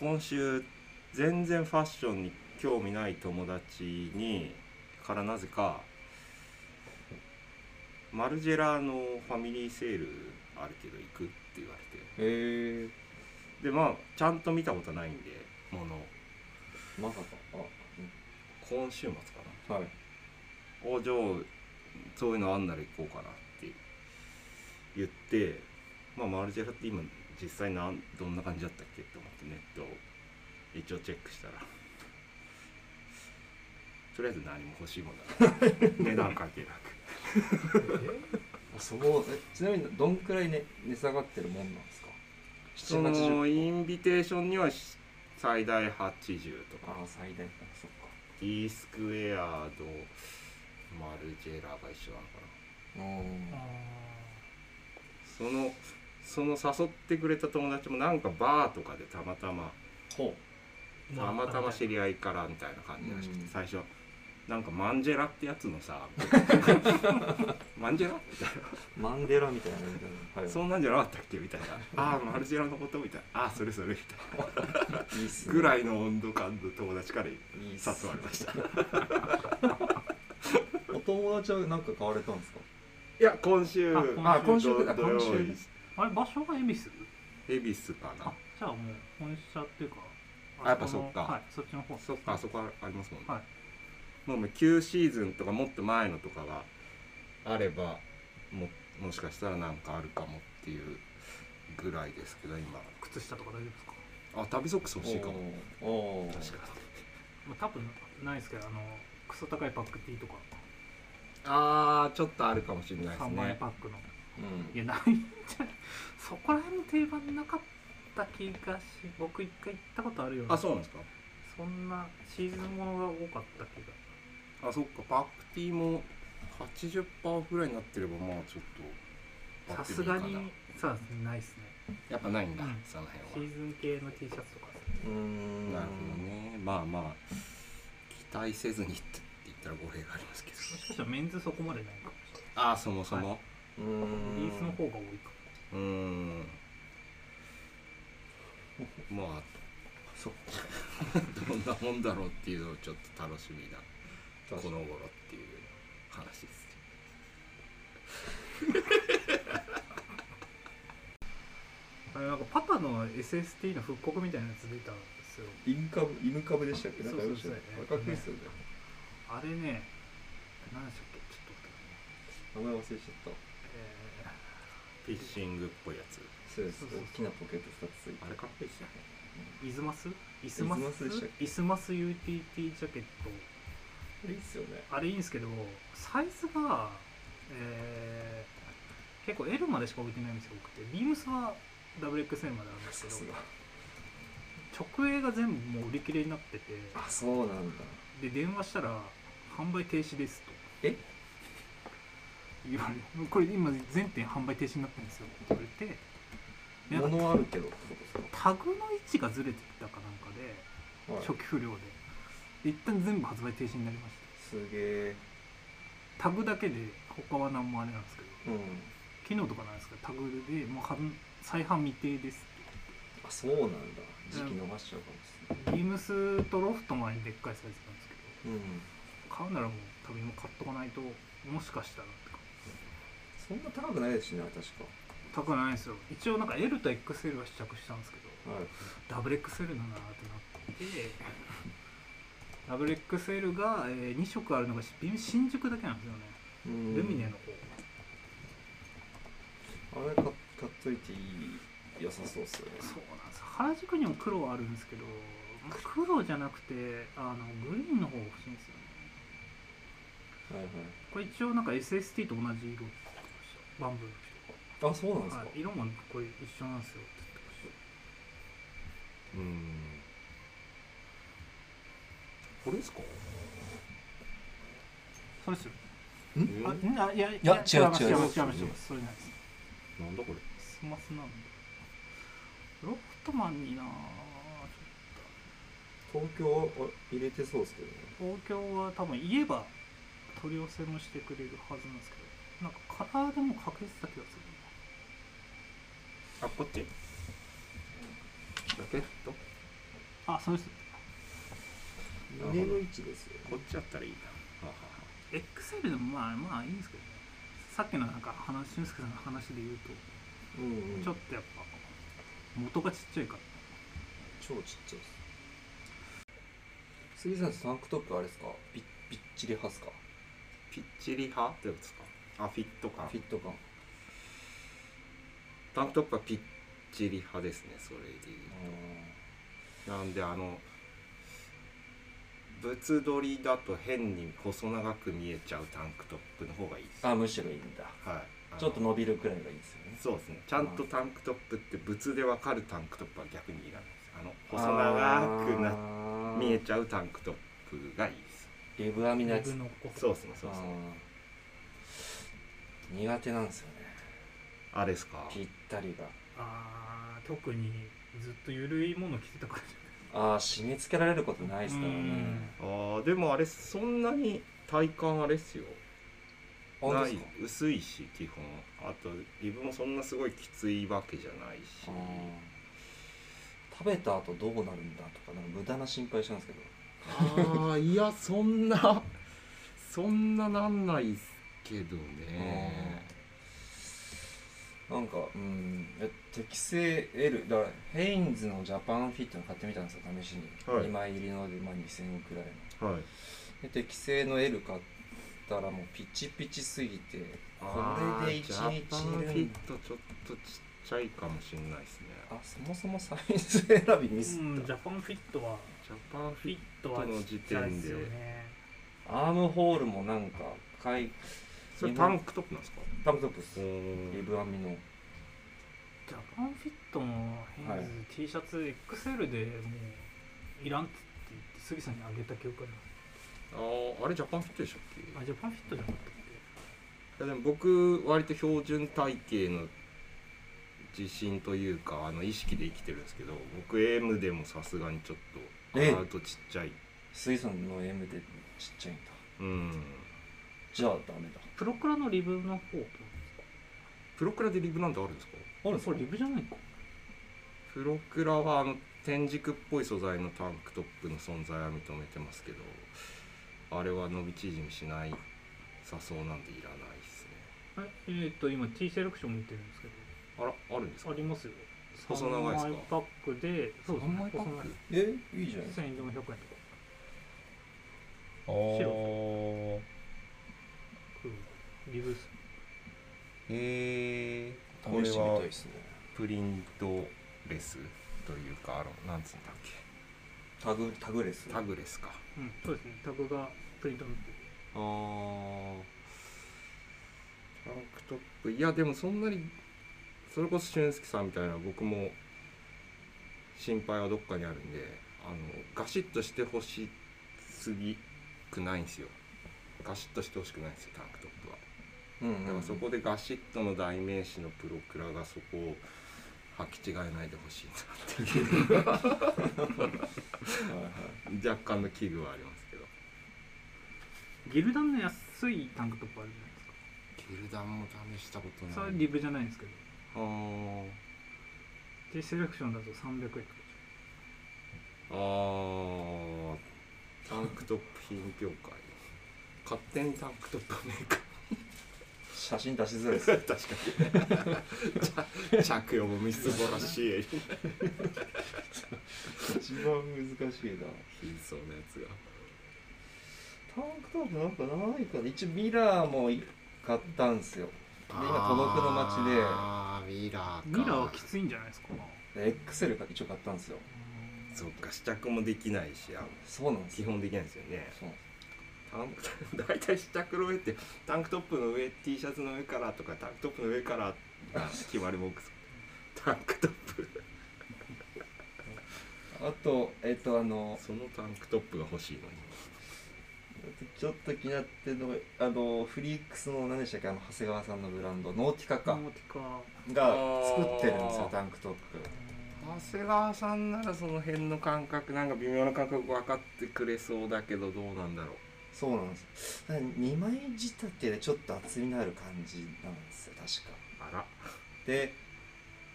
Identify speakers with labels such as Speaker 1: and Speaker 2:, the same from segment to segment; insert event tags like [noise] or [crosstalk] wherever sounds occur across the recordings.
Speaker 1: 今週全然ファッションに興味ない友達にからなぜかマルジェラのファミリーセールあるけど行くって言われて
Speaker 2: え
Speaker 1: でまあちゃんと見たことないんでもの
Speaker 2: ー、まさか
Speaker 1: 今週末か
Speaker 2: あはい
Speaker 1: なおじゃあそういうのあんなら行こうかなって言ってまあマルジェラって今実際なんどんな感じだったっけって思ってネットを一応チェックしたらとりあえず何も欲しいものがない値段関係なく
Speaker 2: そうえちなみにどんくらい、ね、値下がってるもんなんですか
Speaker 1: そのインビテーションにはし最大80と
Speaker 2: あ
Speaker 1: か
Speaker 2: あ最大かそっか
Speaker 1: D スクエアとマルジェラが一緒なのかな
Speaker 2: うーん
Speaker 3: あ
Speaker 1: そのその誘ってくれた友達もなんかバーとかでたまたま
Speaker 2: ほ
Speaker 3: ー
Speaker 1: たまたま知
Speaker 3: り
Speaker 1: り合いからみたいな感じらしく
Speaker 2: うん
Speaker 1: て最初なんかマンジェラってやつの
Speaker 2: [laughs]
Speaker 1: さマンジェラ [laughs] みたいう
Speaker 2: マンデラみたいなみたいな、は、
Speaker 1: ないそんなんじゃなかったっけみたいなああマルジェラのことみたいなああそれそれみたい
Speaker 2: いいっす
Speaker 1: な
Speaker 2: ね
Speaker 1: ぐらいの温度感の友達から
Speaker 2: いいっすね
Speaker 1: 誘われました
Speaker 2: お友達は何か買われたんですか
Speaker 1: いや今週
Speaker 3: あ
Speaker 2: あ今週
Speaker 1: 土
Speaker 2: あ今週
Speaker 1: 土曜日
Speaker 3: あれ場所が恵比寿
Speaker 1: 恵比寿か
Speaker 3: あ
Speaker 1: な
Speaker 3: じゃあもう本社っていうか
Speaker 1: あやっぱ
Speaker 3: あの
Speaker 1: そっか
Speaker 3: はいそっちの方
Speaker 1: そっかあそこありますもんね、
Speaker 3: はい
Speaker 1: もうもう旧シーズンとかもっと前のとかがあればももしかしたらなんかあるかもっていうぐらいですけど今
Speaker 3: 靴下とか大丈夫ですか
Speaker 1: あ旅ソックス欲しいかも
Speaker 2: おーおー
Speaker 1: 確かに
Speaker 3: まあ多分ないですけどあのクソ高いパック T とか
Speaker 1: あーちょっとあるかもしれないです
Speaker 3: 3万円
Speaker 1: ね
Speaker 3: パックの
Speaker 2: うん
Speaker 3: いやないんじゃない [laughs] そこら辺の定番なかった気がし僕一回行ったことあるよ
Speaker 1: あそうなんですか
Speaker 3: そんなシーズンものが多かった気が
Speaker 1: あそっかパックティーも80%ぐらいになってればまあちょっと
Speaker 3: さすが
Speaker 1: 買ってもい
Speaker 3: に
Speaker 1: いか
Speaker 3: さないですね
Speaker 1: なやっぱないんだ、
Speaker 3: うん
Speaker 1: その辺は
Speaker 3: シーズン系の T シャツとか
Speaker 2: うーん
Speaker 1: なるほどねまあまあ期待せずにって言ったら語弊がありますけど
Speaker 3: もしかしたらメンズそこまでないかもしれ
Speaker 1: ああそもそも、
Speaker 2: う
Speaker 3: ない
Speaker 2: ーん
Speaker 3: リースの方が多いか
Speaker 1: うーんまあ
Speaker 2: そっ
Speaker 1: [laughs] どんなもんだろうっていうのをちょっと楽しみな
Speaker 2: か
Speaker 1: この頃っていう話です
Speaker 3: あれなんかパタの SST の復刻みたいなやつ出たんですよ
Speaker 2: インカブイムカブでしたっけなんかよろしい
Speaker 3: そうそうそう
Speaker 2: かっこいいっすよね
Speaker 3: あれね何でしたっけちょっと
Speaker 2: 名
Speaker 3: 待ってね
Speaker 2: 前忘れちゃった
Speaker 3: え
Speaker 1: フィッシングっぽいやつ
Speaker 2: そうです
Speaker 3: そうそうそう
Speaker 2: 大きなポケット2つついて
Speaker 1: あれかっこいいっすよね
Speaker 3: ー、イズマスイ
Speaker 2: ズ
Speaker 3: ズ
Speaker 2: マ
Speaker 3: マ
Speaker 2: スで
Speaker 3: ス
Speaker 2: したっ
Speaker 3: イズマス UTT ジャケット
Speaker 2: いいっすよね
Speaker 3: あれいいんですけどサイズが、えー、結構 L までしか置いてない店が多くてビームスは WXL まであるんです
Speaker 2: さ
Speaker 3: け
Speaker 2: す
Speaker 3: ど
Speaker 2: が
Speaker 3: 直営が全部もう売り切れになってて
Speaker 2: あそうなんだ
Speaker 3: で電話したら販売停止ですと
Speaker 2: え
Speaker 3: 言われこれ今全店販売停止になってるんですよって言われてでなんか
Speaker 2: 物あるけどってことですか
Speaker 3: タグの位置がずれてたかなんかで
Speaker 2: はい
Speaker 3: 初期不良でで一旦全部発売停止になりまし
Speaker 2: すげえ
Speaker 3: たタグだけで他は何もあれなんですけ
Speaker 2: う
Speaker 3: ど
Speaker 2: ん
Speaker 3: 昨日とかなんですけどタグでもう販再販未定です
Speaker 2: あそうなんだ時期逃しちゃうかもしれない
Speaker 3: ってビームスとロフト前にでっかいサイズなんですけど
Speaker 2: うん
Speaker 3: 買うならもう旅も買っとかないともしかしたらって感
Speaker 2: そん
Speaker 3: じ
Speaker 2: な高くないですしね確か
Speaker 3: 高くないんですよ一応なんか L と XL は試着したんですけど
Speaker 2: はい
Speaker 3: ダブル XL だなってなってダブル XL が、え2色あるのがビーム新宿だけなんですよね、
Speaker 2: うん
Speaker 3: ルミネの方
Speaker 2: あれ買っ買っといていい良さそうっすよね
Speaker 3: そうなんです原宿にも黒はあるんですけどまあ黒じゃなくてあのグリーンの方が欲しいんですよね
Speaker 2: はい
Speaker 3: これ一応なんか SST と同じ色って言ってましたバンブー
Speaker 2: は
Speaker 3: の
Speaker 2: いあそうなんです
Speaker 3: 人が
Speaker 2: か
Speaker 3: はい色もこれ一緒なんですよって言ってました
Speaker 1: うーんこれですか
Speaker 3: それですよ
Speaker 1: え
Speaker 3: あんあいやい
Speaker 2: や違う
Speaker 3: ます
Speaker 2: 違う
Speaker 3: 違います
Speaker 1: 違
Speaker 3: 違
Speaker 1: う
Speaker 3: います違いますそれじゃないです
Speaker 1: なんだこれ
Speaker 3: スマスなんだロフトマンになぁ
Speaker 2: 東京は入れてそうですけどね
Speaker 3: 東京は多分言えば取り寄せもしてくれるはずなんですけどなんかカラーでもかけてた気がする
Speaker 1: あこっちジャケット
Speaker 3: あそうです
Speaker 2: 胸の位置ですよ、
Speaker 1: こっちだったらいいなはは
Speaker 3: XL でもまあまあいいんですけどねさっきのなんか話俊介さんの話で言うと、
Speaker 2: うんうん、
Speaker 3: ちょっとやっぱ元がちっちゃいから
Speaker 2: 超ちっちゃいです杉さんタンクトップあれですかびっびっちり派ですか
Speaker 1: ピッチリ派ってやつかあフィット感
Speaker 2: フィット感
Speaker 1: タンクトップはピッチリ派ですねそれで言うなんであの物撮りだと変に細長く見えちゃうタンクトップの方がいいです、
Speaker 2: あーむしろいいんだ
Speaker 1: はいあの、
Speaker 2: ちょっと伸びるくらいがいいですよね
Speaker 1: そうですねちゃんとタンクトップって物でわかるタンクトップは逆にいらないですあの細長くな
Speaker 2: な
Speaker 1: 見えちゃうタンクトップがいいです
Speaker 2: リブ編みのやつ
Speaker 3: 自分のここ
Speaker 1: そうですねそうですね
Speaker 2: あー苦手なんですよね
Speaker 1: あれですか
Speaker 2: ぴったりが
Speaker 3: あー特にずっと緩いもの着てたからじ
Speaker 2: ああ締め付けられることないですから
Speaker 3: う
Speaker 2: ね
Speaker 3: ん
Speaker 1: あーでもあれそんなに体感あれっすよ
Speaker 2: 本当
Speaker 1: な
Speaker 2: です
Speaker 1: い
Speaker 2: か
Speaker 1: 薄いし基本あとリブもそんなすごいきついわけじゃないし
Speaker 2: あー食べた後どうなるんだとかなんか無駄な心配したんですけど
Speaker 1: ああいやそんな [laughs] そんななんないっすけどね
Speaker 2: なんかうんえ適正 L だからヘインズのジャパンフィットの買ってみたんですよ試しに、
Speaker 1: はい
Speaker 2: 2枚入りので、まあ、2000円くらいの
Speaker 1: はい
Speaker 2: で適正の L 買ったらもうピチピチすぎてこれで一
Speaker 1: あージ
Speaker 2: 日
Speaker 1: ャパンフ
Speaker 2: いる
Speaker 1: ィッ
Speaker 2: んだ
Speaker 1: トちょっとちっちゃいかもしんないですね
Speaker 2: あそもそもサイズ選びミス
Speaker 3: ゃ
Speaker 2: っ
Speaker 3: ん、うん、
Speaker 2: た、
Speaker 3: ジャパンフィットは
Speaker 1: ジャパン
Speaker 3: フ
Speaker 1: フィ
Speaker 3: ィッ
Speaker 1: ッ
Speaker 3: トはちっちゃいですよね
Speaker 2: アームホールもなんかかい
Speaker 1: トそれタンクトップなんですか
Speaker 2: タンクトップです
Speaker 1: お
Speaker 2: リ
Speaker 1: ー
Speaker 2: ブ編みの
Speaker 3: ジャパンフィットのヘイズ T シャツ XL でもういらんっつって言って杉さんにあげた記憶あります
Speaker 1: あーあれジャパンフィットでしたっけ
Speaker 3: あジャパンフィットじゃなかったっ
Speaker 1: いやでも僕割と標準体型の自信というかあの意識で生きてるんですけど僕 M でもさすがにちょっと
Speaker 2: え
Speaker 1: アウトちっちゃい
Speaker 2: 水産の M でちっちゃいんだ
Speaker 1: うん
Speaker 2: じゃあダメだ
Speaker 3: けプロクラのリブの方と
Speaker 1: プロクラでリブなんてあるんですか
Speaker 2: ある
Speaker 3: これリブじゃないか
Speaker 1: プロクラはあの天軸っぽい素材のタンクトップの存在は認めてますけどあれは伸び縮みしないさそうなんでいらないですね
Speaker 3: はいえっ、と今 T セレクション見てるんですけ
Speaker 1: あらあるんです
Speaker 3: ど
Speaker 1: か
Speaker 3: ありますよ
Speaker 1: 細長いですか
Speaker 3: 三枚パックでそうです
Speaker 1: 三
Speaker 3: ね
Speaker 1: 枚パック
Speaker 2: えいいじゃないです
Speaker 3: 細
Speaker 2: か
Speaker 3: 長い1400円とか
Speaker 1: あ
Speaker 3: 白黒リブス
Speaker 1: へえこ
Speaker 2: 試
Speaker 1: れ
Speaker 2: してみた
Speaker 1: はい
Speaker 2: ですね
Speaker 1: プリントレスというかあのなんつうんだっけ
Speaker 2: タグタグレス
Speaker 1: タグレスか
Speaker 3: うんそうですねタグがプリントになってる
Speaker 1: あータンクトップいやでもそんなにそれこそ俊介さんみたいな僕も心配はどっかにあるんであのガシッとしてほしすぎくないんですよガシッとしてほしくないんですよタンクトップは
Speaker 2: うんうん
Speaker 1: だからそこでガシッとの代名詞のプロクラがそこを履き違えないでほしいなっていう
Speaker 2: はいは
Speaker 1: [laughs]
Speaker 2: い
Speaker 1: 若干の危惧はありますけど
Speaker 3: ギルダンの安いタンクトップあるじゃないですか
Speaker 1: ギルダンも試したことない
Speaker 3: それはリブじゃないんですけど
Speaker 1: あー
Speaker 3: T セレクションだと300円とか
Speaker 1: あータンクトップ品評会勝手にタンクトップメーカ
Speaker 2: 写真出しづらいです
Speaker 1: ー確かに着着用もみすぼらしい悲
Speaker 2: 一番難しいな
Speaker 1: 壮なやつが
Speaker 2: タンクトップなんかないから一応ミラーも買ったんですよで今孤独の街で
Speaker 1: あーミラーか
Speaker 3: ミラーはきついんじゃないですか
Speaker 2: で XL が一応買ったんですよ
Speaker 1: そっか試着もできないしあの
Speaker 2: そうなんです
Speaker 1: 基
Speaker 2: よ
Speaker 1: 本できないんですよね
Speaker 2: そうなんで
Speaker 1: タンクトップ大体試着の上ってタンクトップの上 T シャツの上からとかタンクトップの上からが決まり文句ですタンクトップ
Speaker 2: すあとえっ、とあの
Speaker 1: そのタンクトップが欲しいのに
Speaker 2: ちょっと気になってるのがあのフリークスの何でしたっけあの長谷川さんのブランドノーティカか
Speaker 3: モテカ
Speaker 2: が作ってるんです
Speaker 1: あ
Speaker 2: よ
Speaker 1: ー
Speaker 2: タンクトップ
Speaker 1: 長谷川さんならその辺の感覚なんか微妙な感覚分かってくれそうだけどどうなんだろう
Speaker 2: そうなんですだから2枚仕立てでちょっと厚みのある感じなんですよ確か
Speaker 1: あら
Speaker 2: で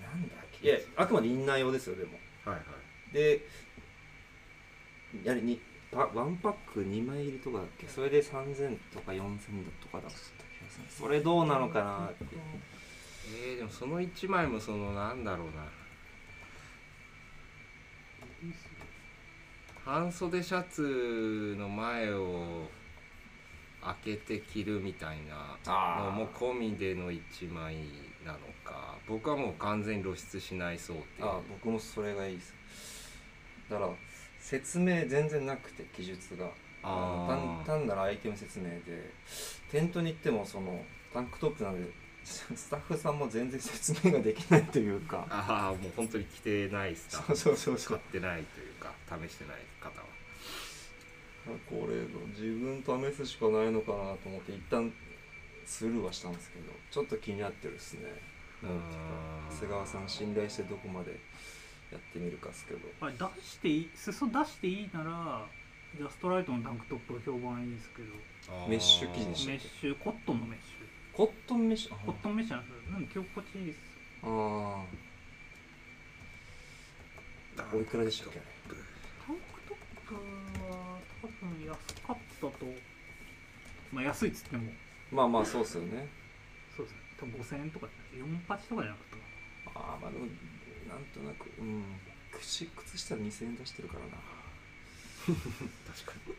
Speaker 2: なんだっけいやあくまでインナー用ですよでも
Speaker 1: はいはい
Speaker 2: でやれにパワンパック2枚入りとかだっけそれで3000とか4000だとかだった気がするそれどうなのかなって
Speaker 1: えー、でもその1枚もそのなんだろうな半袖シャツの前を開けて着るみたいなのも込みでの1枚なのか僕はもう完全に露出しない想定
Speaker 2: ああ僕もそれがいいですだから説明全然なくて記述が
Speaker 1: あ
Speaker 2: 単単なるアイテム説明でテントに行ってもそのタンクトップなんでスタッフさんも全然説明ができないというか
Speaker 1: あーもう本当に着てないスタ
Speaker 2: そ
Speaker 1: ッフ
Speaker 2: うそうそうそ
Speaker 1: 使っ
Speaker 2: う
Speaker 1: てないというか試してない方は
Speaker 2: これ自分試すしかないのかなと思って一旦スルーはしたんですけどちょっと気になってるですね
Speaker 1: うーん
Speaker 2: 長川さん信頼してどこまでやってみるかっすけど
Speaker 3: あれ出していい裾出していいならジャストライトのタンクトップが評判いいですけど
Speaker 1: あー
Speaker 2: メッシュ生地にし
Speaker 3: メッシュコットンのメッシ
Speaker 2: コットンメッシュ
Speaker 3: ュコットンメッシュなんですよなんで着心地いいです
Speaker 2: あーおいくらでしたっけあれ
Speaker 3: タンクトップは多分安かったとまあ安いっつっても
Speaker 2: まあまあそうっすよね
Speaker 3: そうですね多分5000円とか48とかじゃなかったかな
Speaker 2: ああまあでもなんとなくうん靴靴下2000円出してるからな
Speaker 1: 確かに